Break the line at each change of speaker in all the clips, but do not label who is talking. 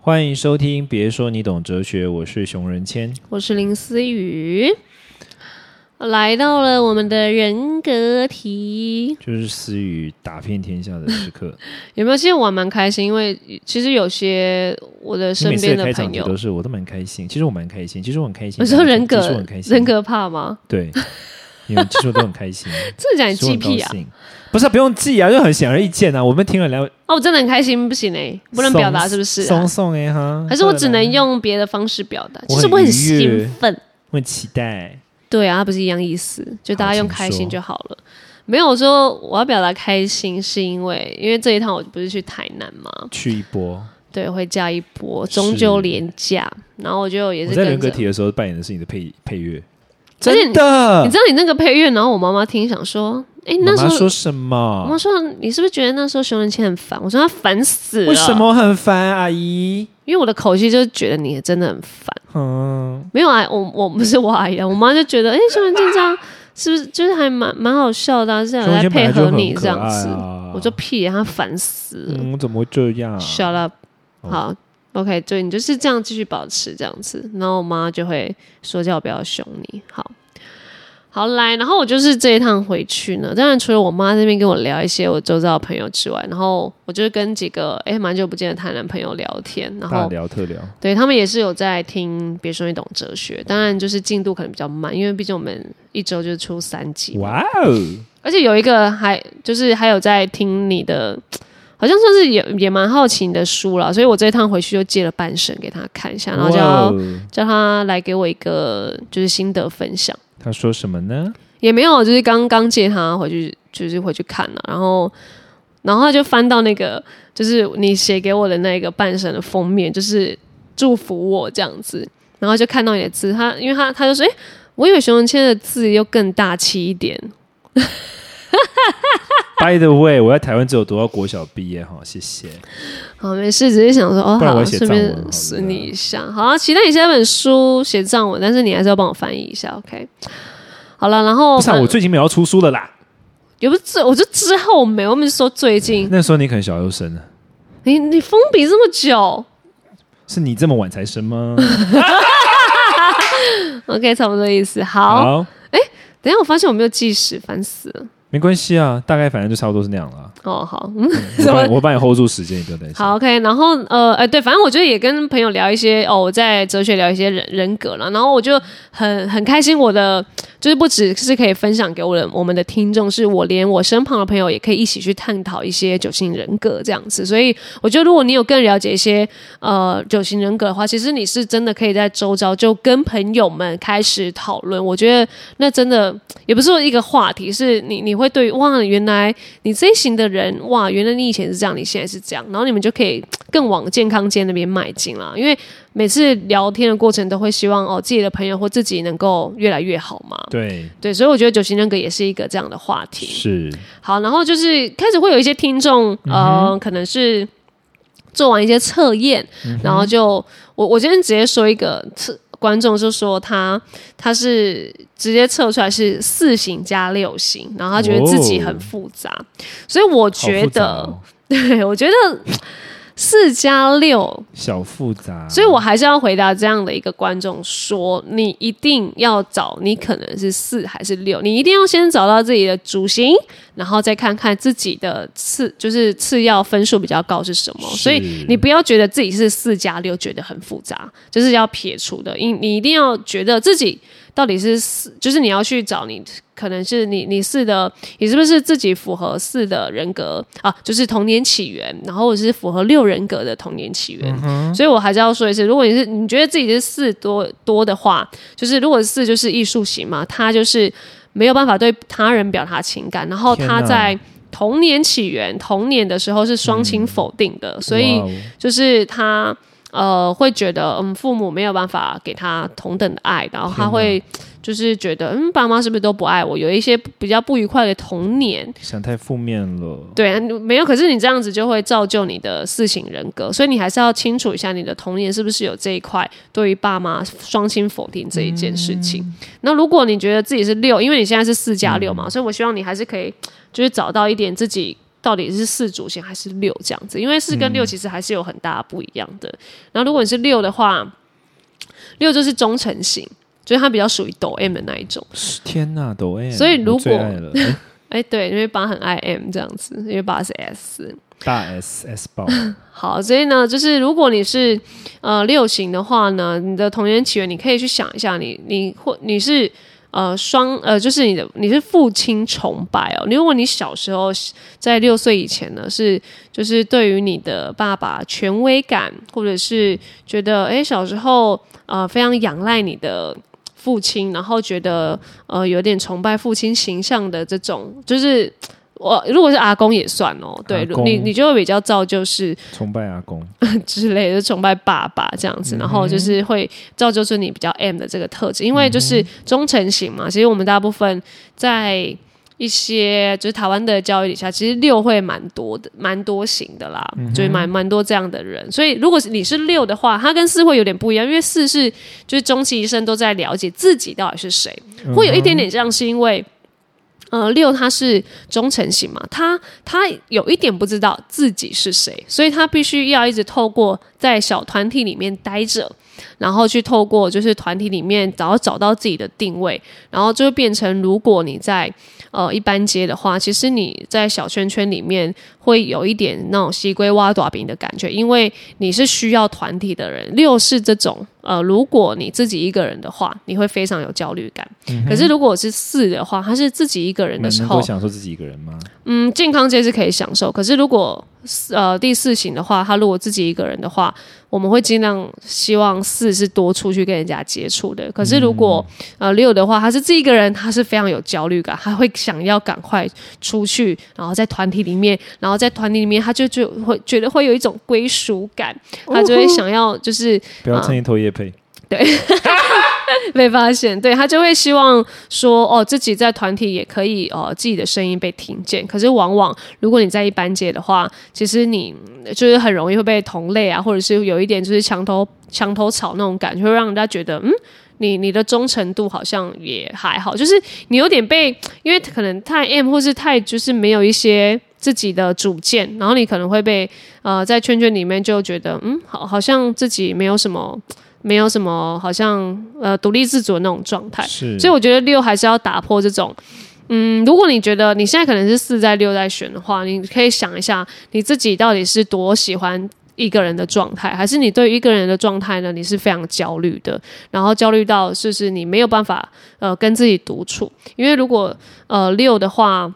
欢迎收听，别说你懂哲学，我是熊仁谦。
我是林思雨，来到了我们的人格题，
就是思雨打遍天下的时刻，
有没有？其实我还蛮开心，因为其实有些我的
你
身
每次
边
的开场
朋
题
友
都，是我都蛮开心，其实我蛮开心，其实我很开心。啊
我说人
其实我
格
很开心，
人格怕吗？
对，你们其实我都很开 心，
真的假的？
其实我
记
很
屁
高
啊！
兴。不是啊、不用记啊，就很显而易见啊。我们听了两，
哦，我真的很开心，不行哎、不能表达是不是、啊
松？松哎哈，
还是我只能
对啦，
用别的方式表达？
我
其实我
很愉
很
悦
兴奋，
我很期待。
对啊，它不是一样意思，就大
好
家用
请
开心
说
就好了。没有我说我要表达开心，是因为因为这一趟我不是去台南嘛，
去一波！
对，会加一波
是
中秋连假，然后我就也
我
是
在
跟着
人格体的时候扮演的是你的配配乐，
而且
真的
你知。道你那个配乐，然后我妈妈听想说，哎，
啊妈
那时
妈
候
说什
我妈
么？
说你是不是觉得那时候熊仁谦很烦？我说他烦死了，
为什？么很烦，阿姨？
因为我的口气就是觉得你真的很烦。
嗯，
没有啊，我我不是我阿姨啊，我妈就觉得，哎，熊仁谦这样是不是就是还蛮蛮好笑的、啊，是
熊
想
仁
来
谦本
配
来就
合
很
你
可
这样
爱
子。
啊
我说屁、他烦死了。
嗯，怎么会这样？
Shut up！、
哦
好，OK，对你就是这样继续保持这样子，然后我妈就会说叫我不要凶你。好，好来，然后我就是这一趟回去呢，当然除了我妈那边跟我聊一些我周遭的朋友之外，然后我就是跟几个哎蛮久不见的台南朋友聊天， 然
大
后
聊特聊，
对他们也是有在听，别说你懂哲学，当然就是进度可能比较慢，因为毕竟我们一周就出三集嘛，
哇哦！
而且有一个还就是还有在听你的，好像算是也也蛮好奇你的书啦，所以我这一趟回去就借了半神给他看一下，然后叫
哇
他
哦
叫他来给我一个就是心得分享，
他说什么呢？
也没有就是刚刚借他回去就是回去看了，然后然后他就翻到那个就是你写给我的那个半神的封面，就是祝福我这样子，然后就看到你的字，他因为他他就说，哎、我以为熊仁谦的字又更大气一点，
By the way，我在台湾只有读到国小毕业哈，谢谢。
哦好，没事，只是想说哦，
不然我
好，
写
顺
藏文好
便
了
损你一下。好啊，期待你下本书写藏文，但是你还是要帮我翻译一下，OK？好了，然后
不是啊，我最近没有要出书了啦。
也不是最，我就之后没，我们说最近，
那时候你可能小优生了，
你你封笔这么久
是你这么晚才生吗？
，OK，差不多意思。好，
好，
等一下我发现我没有计时，烦死了。
没关系啊，大概反正就差不多是那样 了。
哦，好，嗯，
我
怎么
帮你我帮你 hold 住时间，你不用担心。
好，OK，然后呃，哎，对，反正我就也跟朋友聊一些哦，我在哲学聊一些人人格了，然后我就很很开心，我的就是不只是可以分享给我的我们的听众，是我连我身旁的朋友也可以一起去探讨一些九型人格这样子，所以我觉得如果你有更了解一些呃九型人格的话，其实你是真的可以在周遭就跟朋友们开始讨论，我觉得那真的也不是说一个话题，是你你会对于哇，原来你这一型的人，哇，原来你以前是这样，你现在是这样，然后你们就可以更往健康界那边迈进啦。因为每次聊天的过程都会希望哦，自己的朋友或自己能够越来越好嘛。
对，
对，所以我觉得九型人格也是一个这样的话题。
是
好，然后就是开始会有一些听众，
嗯
呃，可能是做完一些测验，
嗯
然后就我我今天直接说一个测观众就说他他是直接测出来是四型加六型，然后他觉得自己很
哦
复杂，所以我
好
觉
复杂
得，
哦
对我觉得四加六
小复杂，
所以我还是要回答这样的一个观众说：你一定要找你可能是四还是六，你一定要先找到自己的主型，然后再看看自己的次就是次要分数比较高是什么。
是
所以你不要觉得自己是四加六，觉得很复杂，就是要撇除的。你你一定要觉得自己到底是四，就是你要去找你可能是你你四的，你是不是自己符合四的人格啊？就是童年起源，然后我是符合六人格的童年起源。所以我还是要说一次，如果你是你觉得自己是四多多的话，就是如果四就是艺术型嘛，他就是没有办法对他人表达情感，然后
天哪
他在。童年起源，童年的时候是双亲否定的，所以
哇哦
就是他呃会觉得嗯父母没有办法给他同等的爱，然后
天
他
哪
会就是觉得嗯爸妈是不是都不爱我，有一些比较不愉快的童年，
想太负面了。
对啊，你没有。可是你这样子就会造就你的四型人格，所以你还是要清楚一下你的童年是不是有这一块对于爸妈双亲否定这一件事情。那如果你觉得自己是六，因为你现在是四加六嘛，所以我希望你还是可以就是找到一点自己到底是四主弦还是六这样子，因为四跟六其实还是有很大不一样的。然后如果你是六的话，六就是中成型，就是它比较属于抖 M 的那一种。
天呐，抖 M，
所以如果
我最爱了哎
哎，对，因为八很爱 M 这样子，因为八是 S。
大 S S 爆，
好，所以呢，就是如果你是呃六型的话呢，你的童年起源，你可以去想一下你，你或你是呃双呃，就是你的你是父亲崇拜哦。如果你小时候在六岁以前呢，是就是对于你的爸爸权威感，或者是觉得诶小时候呃非常仰赖你的。父亲，然后觉得呃有点崇拜父亲形象的这种，就是我如果是阿公也算哦，对
阿公
你你就会比较造就是
崇拜阿公，
之类的，就崇拜爸爸这样子，然后就是会造就出你比较 M 的这个特质，因为就是忠诚型嘛。其实我们大部分在一些就是台湾的教育底下，其实六会蛮多的，蛮多型的啦，就是蛮蛮多这样的人。所以如果是你是六的话，它跟四会有点不一样，因为四是就是终其一生都在了解自己到底是谁，
嗯
会有一点点这样，是因为。呃，六他是忠诚型嘛，他他有一点不知道自己是谁，所以他必须要一直透过在小团体里面待着，然后去透过就是团体里面，然后找到自己的定位，然后就会变成，如果你在呃一般街的话，其实你在小圈圈里面会有一点那种西归挖短饼的感觉，因为你是需要团体的人。六是这种，呃，如果你自己一个人的话，你会非常有焦虑感。可是如果是四的话，他是自己一个
嗯
人
你
的
们
时
能
候
够，享受自己一个人吗？
嗯，健康街是可以享受，可是如果呃第四型的话，他如果自己一个人的话，我们会尽量希望四是多出去跟人家接触的。可是如果、呃六的话，他是自己一个人，他是非常有焦虑感，他会想要赶快出去，然后在团体里面，然后在团体里面，他就就会觉得会有一种归属感，他就会想要就是
不要趁机偷夜配，
被发现，对他就会希望说，哦，自己在团体也可以，哦，自己的声音被听见。可是往往，如果你在一般界的话，其实你嗯就是很容易会被同类啊，或者是有一点就是墙头墙头草那种感觉，会让人家觉得，嗯，你你的忠诚度好像也还好，就是你有点被，因为可能太 M 或是太就是没有一些。自己的主见，然后你可能会被呃在圈圈里面就觉得嗯好，好像自己没有什么没有什么好像呃独立自主的那种状态。
是，
哎所以我觉得六还是要打破这种。嗯，如果你觉得你现在可能是四在六在选的话，你可以想一下你自己到底是多喜欢一个人的状态，还是你对于一个人的状态呢？你是非常焦虑的，然后焦虑到就是你没有办法呃跟自己独处，因为如果呃六的话，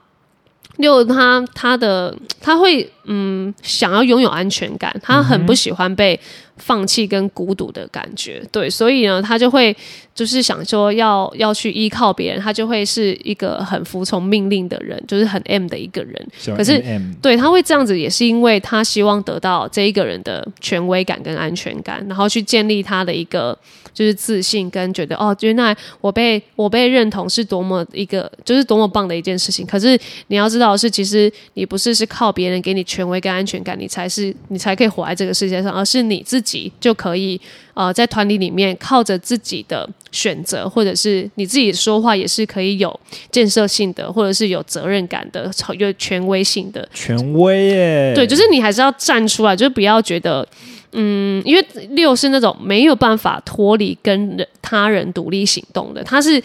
六他他的他会嗯想要拥有安全感，他很不喜欢被放弃跟孤独的感觉，对，所以呢他就会就是想说要要去依靠别人，他就会是一个很服从命令的人，就是很 M 的一个人。
小
可是
M，
对他会这样子，也是因为他希望得到这一个人的权威感跟安全感，然后去建立他的一个就是自信跟觉得哦，原来我被我被认同是多么一个就是多么棒的一件事情。可是你要知道的是，其实你不是是靠别人给你权威跟安全感，你才是你才可以活在这个世界上，而是你自己就可以呃在团体里面靠着自己的选择，或者是你自己说话也是可以有建设性的，或者是有责任感的，有权威性的。
权威耶，
对，就是你还是要站出来，就是不要觉得，嗯，因为六是那种没有办法脱离跟人他人独立行动的，他是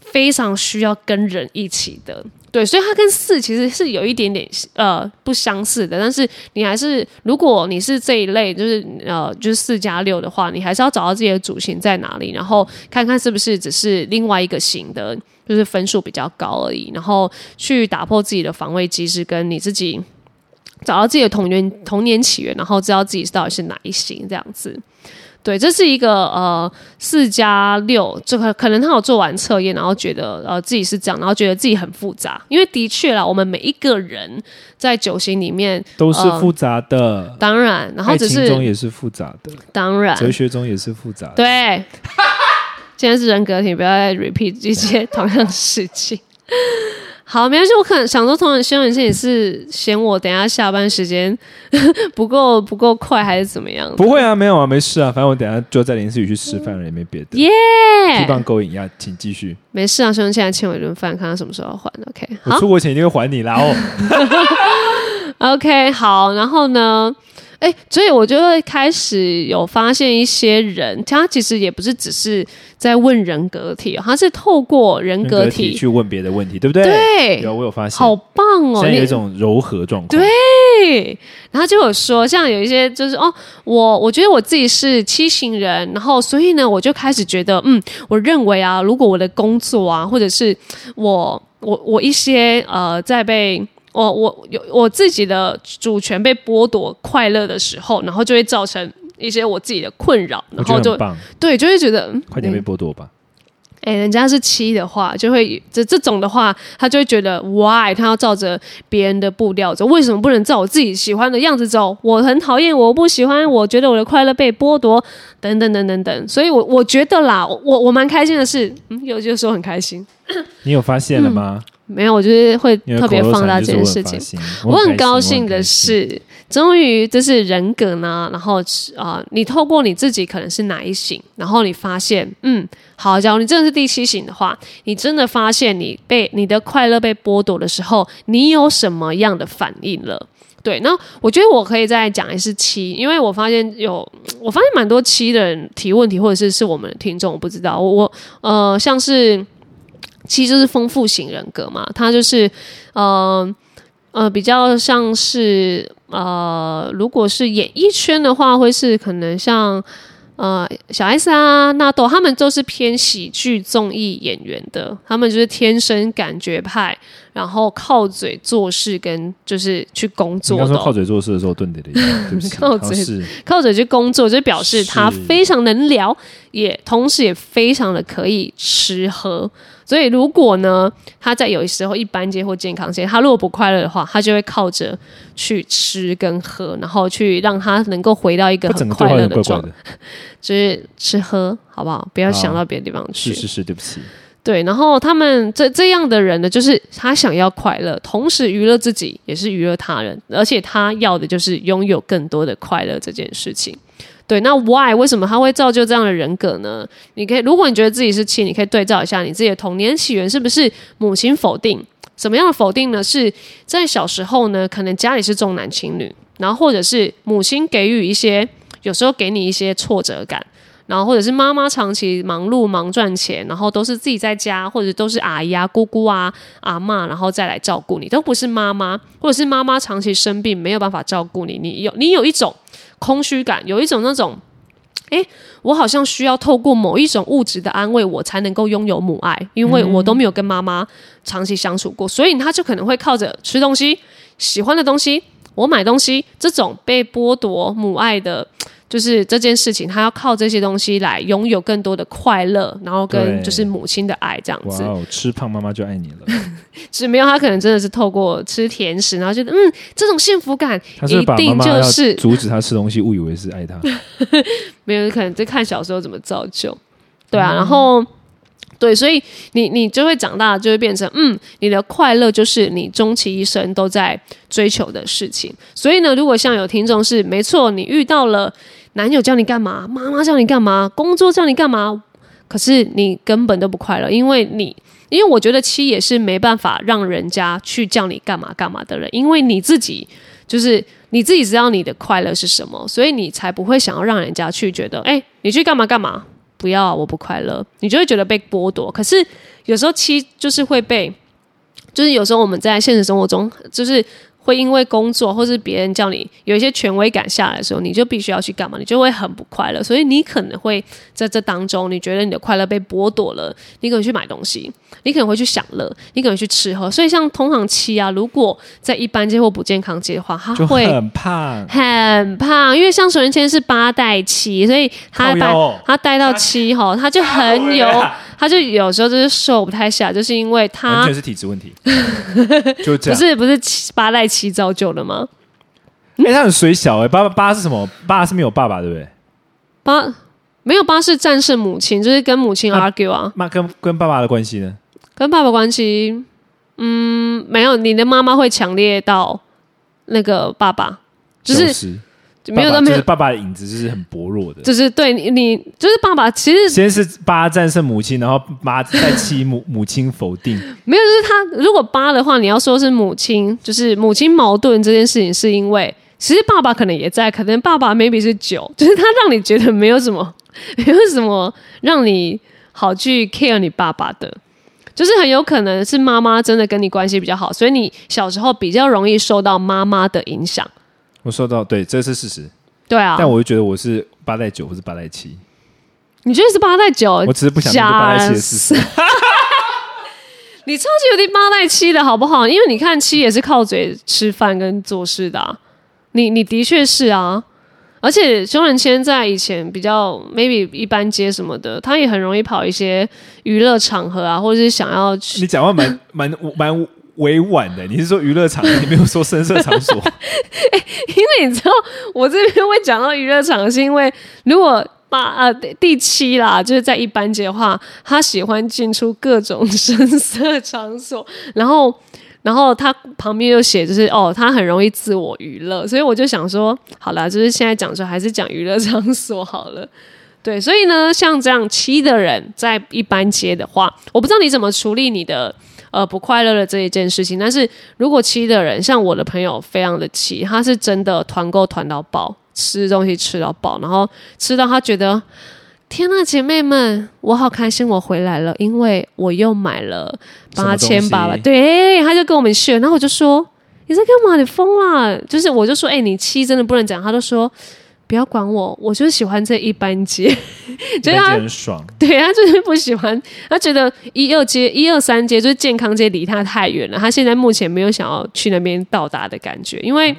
非常需要跟人一起的。对，所以他跟四其实是有一点点呃不相似的，但是你还是，如果你是这一类，就是呃就是四加六的话，你还是要找到自己的主型在哪里，然后看看是不是只是另外一个型的，就是分数比较高而已，然后去打破自己的防卫机制，跟你自己找到自己的童年童年起源，然后知道自己到底是哪一型这样子。对，这是一个呃四加六，这个可能他有做完测验，然后觉得呃自己是这样，然后觉得自己很复杂，因为的确啦，我们每一个人在九型里面，
都是
呃
复杂的，
当然，然后
爱
只
情哎中
是
也是复杂的，
当然，
哲学中也是复杂的，
对，今天是人格题，不要再 repeat 这些同样的事情。好，没关系，我可能想说，同样新闻线也是嫌我等一下下班时间 不够不够快，还是怎么样？
不会啊，没有啊，没事啊，反正我等一下就在林思雨去吃
嗯
饭了，也没别的。
耶
地方勾引呀，请继续。
没事啊，兄弟，现在欠我一顿饭，看他什么时候要还。OK，
我
好
出国前一定会还你啦哦。
OK，好，然后呢？哎，所以我就会开始有发现一些人，他其实也不是只是在问人格体哦，他是透过人格
格
体，
去问别的问题，对不对？
对
有我有发现，
好棒哦！
现在有
你
一种柔和状况。
对对，然后就有说，像有一些就是哦，我我觉得我自己是七型人，然后所以呢，我就开始觉得，嗯，我认为啊，如果我的工作啊，或者是我我我一些呃，在被我我有我自己的主权被剥夺快乐的时候，然后就会造成一些我自己的困扰，
我
然
觉
后
得
就
很棒，
对，就会觉得嗯
快点被剥夺吧。
哎、人家是七的话，就会这这种的话，他就会觉得 why 他要照着别人的步调走，为什么不能照我自己喜欢的样子走？我很讨厌，我不喜欢，我觉得我的快乐被剥夺，等等等等等。所以我，我觉得啦，我我蛮开心的是，嗯，有有时候很开心，
你有发现
嗯
了吗？
没有，我就是会
你的
特别
口头
放大
禅
这
就是
件
我很
事情
发。心，
我
很
很
开
高
心
兴
我很
的
开心
是，终于就是人格呢，然后是啊、你透过你自己可能是哪一型，然后你发现，嗯，好，假如你真的是第七型的话，你真的发现你被你的快乐被剥夺的时候，你有什么样的反应了？对，那我觉得我可以再讲一次七，因为我发现有，我发现蛮多七的人提问题，或者是是我们的听众，我不知道，我我呃，像是七就是丰富型人格嘛，他就是嗯呃比较像是呃，如果是演艺圈的话，会是可能像呃小 S 啊、纳豆，他们都是偏喜剧综艺演员的，他们就是天生感觉派，然后靠嘴做事跟就是去工
你
作
刚
的
说
哦、
靠嘴做事的时候，顿 点了一下，对不起，
靠
好
嘴
是
靠着去工作，就表示他
是
非常能聊，也同时也非常的可以吃喝。所以如果呢，他在有时候一般街或健康街，他如果不快乐的话，他就会靠着去吃跟喝，然后去让他能够回到一个
他
很
整个对
快
话
乐
有点
的
怪
状
怪
态，
的，
就是吃喝，好不好？不要想到别的地方去。
是是是，对不 起，
对，然后他们这这样的人呢，就是他想要快乐，同时娱乐自己，也是娱乐他人，而且他要的就是拥有更多的快乐这件事情。对，那 why 为什么他会造就这样的人格呢？你可以，如果你觉得自己是七，你可以对照一下你自己的童年起源是不是母亲否定？怎么样的否定呢？是在小时候呢，可能家里是重男轻女，然后或者是母亲给予一些，有时候给你一些挫折感，然后或者是妈妈长期忙碌忙赚钱，然后都是自己在家，或者都是阿姨啊、姑姑啊、阿嬷，然后再来照顾你，都不是妈妈，或者是妈妈长期生病没有办法照顾你，你有你有一种空虚感，有一种那种。诶，我好像需要透过某一种物质的安慰，我才能够拥有母爱，因为我都没有跟妈妈长期相处过，所以他就可能会靠着吃东西、喜欢的东西，我买东西这种被剥夺母爱的就是这件事情，他要靠这些东西来拥有更多的快乐，然后跟
对
就是母亲的爱这样
哇
子。
哦，吃胖妈妈就爱你 了，
只没有他可能真的是透过吃甜食，然后觉得嗯，这种幸福感
他是不是把
一定
妈妈要
就是
阻止他吃东西，误以为是 爱他，
没有，可能在看小时候怎么造就，对啊，然后。对，所以你你就会长大，就会变成嗯，你的快乐就是你终其一生都在追求的事情。所以呢，如果像有听众是没错，你遇到了男友叫你干嘛，妈妈叫你干嘛，工作叫你干嘛，可是你根本都不快乐，因为你因为我觉得七也是没办法让人家去叫你干嘛干嘛的人，因为你自己就是你自己知道你的快乐是什么，所以你才不会想要让人家去觉得，哎、你去干嘛干嘛，不要、啊，我不快乐，你就会觉得被剥夺。可是有时候七就是会被，就是有时候我们在现实生活中，就是会因为工作或是别人叫你有一些权威感下来的时候，你就必须要去干嘛，你就会很不快乐。所以你可能会在这当中，你觉得你的快乐被剥夺了，你可能去买东西，你可能会去享乐，你可能去吃喝。所以像通常七啊，如果在一般街或不健康街的话，他
就
会啊
很胖，
很胖，因为像熊仁谦是八代七，所以他
靠
把
腰哦
他带到七 吼，他就很有
靠腰啊，
他就有时候就是瘦不太下，就是因为
完
他
全是体质问 题，就这
不
样。
是不是七八代七造就的吗？
哎，他很水小哎，八八是什么？八是没有爸爸，对不对？
八没有八是战胜母亲，就是跟母亲 argue 啊，
妈跟跟爸爸的关系呢？
跟爸爸关系，嗯，没有，你的妈妈会强烈到那个爸爸，就
消
是
失
没有
爸
都
爸
没
就
有
是，爸爸的影子就是很薄弱的。
就是对你你就是爸爸，其实
先是八战胜母亲，然后妈再妻母母亲否定，
没有，就是他如果八的话，你要说是母亲，就是母亲矛盾这件事情，是因为其实爸爸可能也在，可能爸爸 maybe 是九， 就是他让你觉得没有什么， 没有什么让你好去 care 你爸爸的。就是很有可能是妈妈真的跟你关系比较好，所以你小时候比较容易受到妈妈的影响。
我说到对，这是事实。
对啊，
但我就觉得我是八代九，不是八代七，
你觉得是八代九？
我只是不想面对八代七的事实。
你超级有点八代七的好不好？因为你看七也是靠嘴吃饭跟做事的、啊，你你的确是啊。而且熊仁谦在以前比较 maybe 一般街什么的，他也很容易跑一些娱乐场合啊，或者是想要去
你讲话蛮蛮蛮委婉的，你是说娱乐场，你没有说声色场 所。
因为你知道，我这边会讲到娱乐场，是因为如果八呃第第七啦，就是在一般节的话，他喜欢进出各种 声色场所，然后然后他旁边又写就是哦，他很容易自我娱乐，所以我就想说，好啦，就是现在讲说还是讲娱乐场所好了。对，所以呢，像这样七的人在一般街的话，我不知道你怎么处理你的呃不快乐的这一件事情，但是如果七的人，像我的朋友非常的呃七，他是真的团购团到爆，吃东西吃到爆，然后吃到他觉得。天呐，姐妹们，我好开心，我回来了，因为我又买了八千八
什么东
百，
西
对，他就跟我们炫，然后我就说你在干嘛？你疯啦！就是我就说，哎、你七真的不能讲，他就说不要管我，我就是喜欢这一般街，就
感
是
觉
他
很爽。
对他就是不喜欢，他觉得一二街、一二三街就是健康街离他太远了，他现在目前没有想要去那边到达的感觉，因为。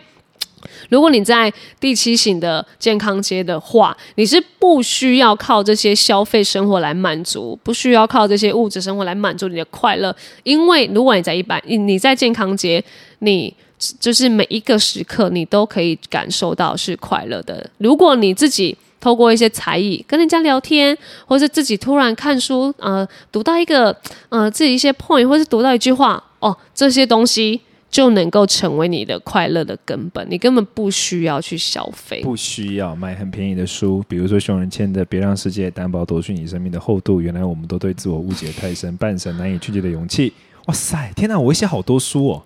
如果你在第七型的健康街的话，你是不需要靠这些消费生活来满足，不需要靠这些物质生活来满足你的快乐，因为如果你在一般，你你在健康街，你就是每一个时刻你都可以感受到是快乐的。如果你自己透过一些才艺跟人家聊天，或是自己突然看书，呃，读到一个呃自己一些 point，或是读到一句话，哦，这些东西就能够成为你的快乐的根本，你根本不需要去消费。
不需要买很便宜的书，比如说熊仁谦的《别让世界单薄夺去你生命的厚度》，原来我们都对自我误解太深，半生难以拒绝的勇气。哇塞，天哪，我会写好多书哦！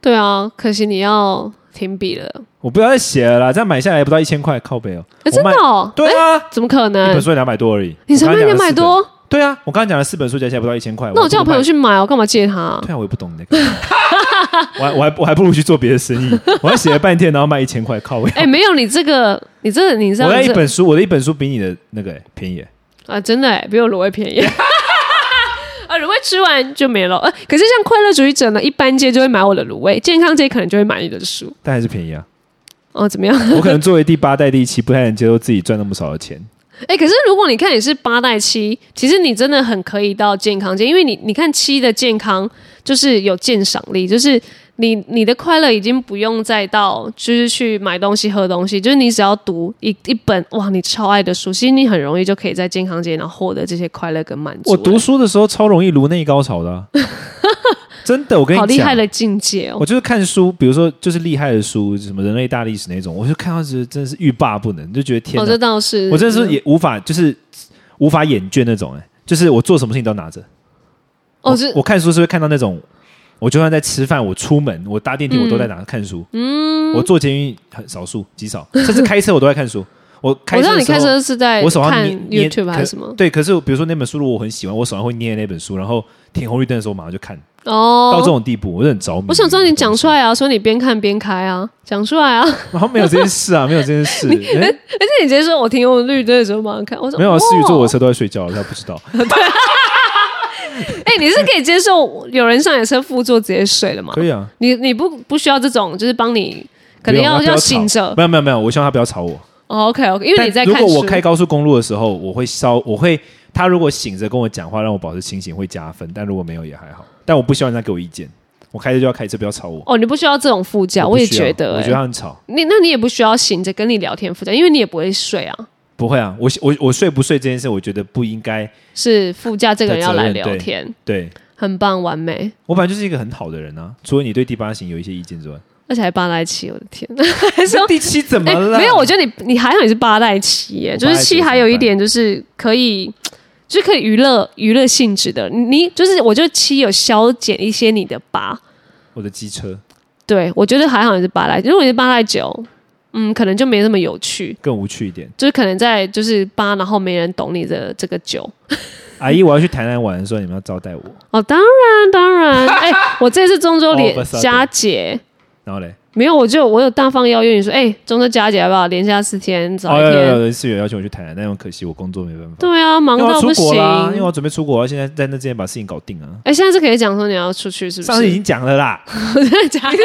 对啊，可惜你要停笔了，
我不要再写了啦，这样买下来不到一千块，靠背哦。
哎，
我
真的、
卖
哦？
对啊，
怎么可
一
能
本？书两百多而已。
你才
我
卖
刚刚讲
两
的
百
四本？
多？
对啊，我刚刚讲的四本书加起来不到一千块。
那我叫我
还不如
朋友去买，我干嘛借他、
卖。对啊，我也不懂那个。 我还我还我还不如去做别的生 意。我还写了半天，然后卖一千块，靠背。
哎、没有你这个，你这个，你这
我
样
那一
子
本书，我的一本书比你的那个欸便宜欸。
啊，真的哎，比我卤味便宜。 啊，卤味吃完就没了。呃，可是像快乐主义者呢，一般街就会买我的卤味，健康街可能就会买你的书。
但还是便宜 啊！
哦，怎么样？
我可能作为第八代、第七，不太能接受自己赚那么少的 钱。
哎、可是如果你看你是八代七，其实你真的很可以到健康界，因为你你看七的健康就是有鉴赏力，就是你你的快乐已经不用再到就是去买东西喝东西，就是你只要读一一本哇你超爱的书，其实你很容易就可以在健康界然后获得这些快乐跟满足
我
了。
读书的时候超容易颅内高潮的 啊、真的，我跟你
好
讲，
厉害的境界哦
我！就是看书，比如说就是厉害的书，什么人类大历史那种，我就看到觉得真的是欲罢不能，就觉得天
哦，
哪，
这倒是，
我真的是也无法就是无法眼倦那种、哎，就是我做什么事情都拿着。
哦，
我
这
我看书是会看到那种，我就算在吃饭，我出门，我搭电梯，
嗯
我都在拿着看书。嗯，我坐捷运很少数极少， 甚至开车我都在看书。我开
我知
车
道
的
你
时候
开车是在
我手上
看
捏捏
YouTube 还
可
是什么？
对，可是比如说那本书，如果我很喜欢，我手上会捏那本书，然后停红绿灯的时候我马上就看，到这
哦，
种地步，我就很着迷。
我想知道你讲出来啊，说你边看边开啊，讲出来啊。
然 后没有这件事啊，没有这件事，诶
而 且你直接说我停红绿灯的时候马上看，我说哦
没有啊。思雨坐我
我
的车都在睡觉，他不知道。
哎、你是可以接受有人上你车副座直接睡的吗？
可以啊，
你你不不需要这种，就是帮你可能
不用
要
他不要吵
醒着。
没有没有没有，我希望他不要吵我。
哦，OK OK，因为
但
你在
如
看
果
书
我。开高速公路的时候，我会稍我会他如果醒着跟我讲话，让我保持清醒会加分，但如果没有也还好。但我不希望他给我意见，我开车就要开车，不要吵我。
哦，你不需要这种副驾，
不
也
需要
觉得、
我觉
欸，
得他很吵。
你那你也不需要醒着跟你聊天副驾，因为你也不会睡啊，
不会啊，我我我睡不睡这件事，我觉得不应该。
是副驾这个人要来
的责任
聊
对
天，
对
很棒，完美。
我本来就是一个很好的人啊，除了你对第八型有一些意见之外，
而且还八代七，我的天，还是
这第七怎么
哎、
了？
没有，我觉得你你还好，你是八代七耶，就是七还有一点就是可以，就是可以娱乐娱乐性质的。你就是我觉得七有消减一些你的八，
我的机车
对我觉得还好你是八代，如果你是八代九，嗯，可能就没那么有趣，
更无趣一点。
就是可能在就是八，然后没人懂你的这个九。
阿姨，我要去台南玩的时候，你们要招待我。
哦，当然当 然，哎、我这次中秋
All
连
of a sudden
佳节。
然后嘞，
没有，我就我有大方邀约你说，哎、中秋佳节好不好？连假四天，早
哦，
一
有
天。
有有一次有邀请我去台南，但很可惜我工作没办法，
对啊，忙
因为我
到
要出
不行
国。啦，因为我准备出国，我要现在在那之前把事情搞定啊。
哎、现在是可以讲说你要出去，是不
上次已
是？
经讲了啦，
真的假的？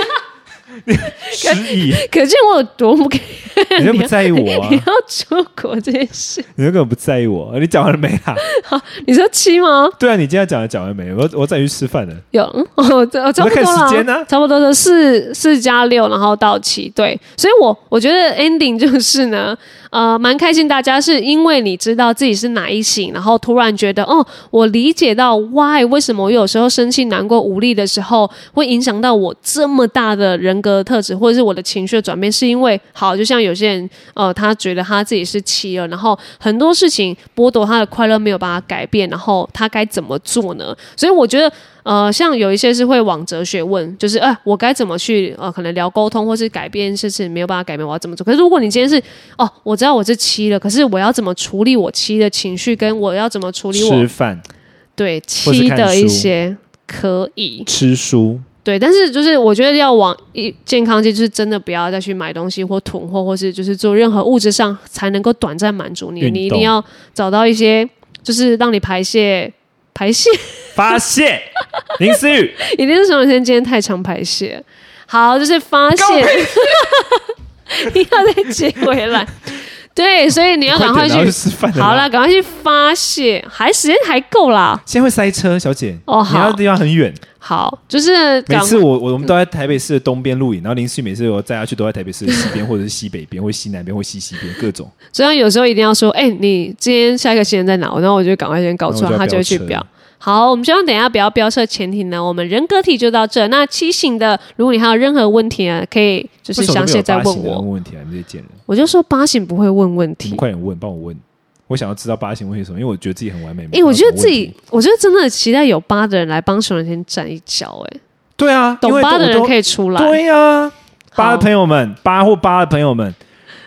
失忆，
可见我有多不 care
你又不在意我啊
你，要出国这件事。
你又根本不在意我。你讲完了没啊？
你说七吗？
对啊，你今天讲的讲完没？我我再去吃饭了。
有，嗯 哦，这哦差不多
我在
啦，
看时间啊
差不多的四四加六，然后到七，对，所以我我觉得 ending 就是呢，呃，蛮开心，大家是因为你知道自己是哪一型，然后突然觉得，哦，我理解到 why 为什么我有时候生气、难过、无力的时候，会影响到我这么大的人格特质，或者是我的情绪的转变，是因为好，就像有些人，呃，他觉得他自己是七了，然后很多事情剥夺他的快乐，没有办法改变，然后他该怎么做呢？所以我觉得。呃，像有一些是会往哲学问，就是呃，我该怎么去呃，可能聊沟通或是改变事情没有办法改变，我要怎么做？可是如果你今天是哦，我知道我是七了，可是我要怎么处理我七的情绪，跟我要怎么处理
吃
我
饭、
对
或是
七
看
的一
书
些可以
吃书，
对，但是就是我觉得要往一健康界，就是真的不要再去买东西或囤货，或是就是做任何物质上才能够短暂满足你，
运动
你一定要找到一些就是让你排泄排泄。
发泄。林思雨，
一定是熊仁谦今天太常排泄。好，就是发泄， 一定要再接回来。对，所以你要赶快
快
去
点，然后吃饭了。
好啦，，赶快去发泄，还时间还够啦。
现在会塞车，小姐。
哦
你要
好
的地方很远。
好，就是
每
赶
次我我我们都在台北市的东边露营，然后林思雨每次我载她去都在台北市的西边，或者是西北边，或西南边，或西西边，各种。
所以有时候一定要说，哎、你今天下一个时间在哪？然后我就赶快先搞出
然后
来，
我就要
他就会去
飙车
标。好，我们希望等一下不要飙车。前提呢，我们人格体就到这。那七型的，如果你还有任何问题啊，可以就是
为什么
详
都没
细
有
地再
发
问
现的人
我。
问问题啊？你们这些贱人，
我就说八型不会问问
你
题
们，快点问，帮我问。我想要知道八型问题是什么，因为我觉得自己很完美。
哎、
没有
我觉
什么
得自
问
己
题，
我觉得真的期待有八的人来帮熊仁谦站一脚、哎，
对啊，因
懂
为
八的
我
人
都
可以出来。
对啊，八
好
的朋友们，八或八的朋友们，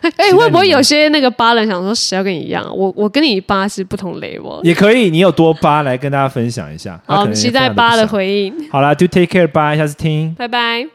哎、
期待
会不会
你们
有些那个八人想说谁要跟你一样啊？我我跟你八是不同 level。
也可以，你有多八来跟大家分享一下。他可
好，我
能
们
也
期
分
待
享得
八
不
的
少
回应，
好啦 d o take care，八，下次听。
拜拜。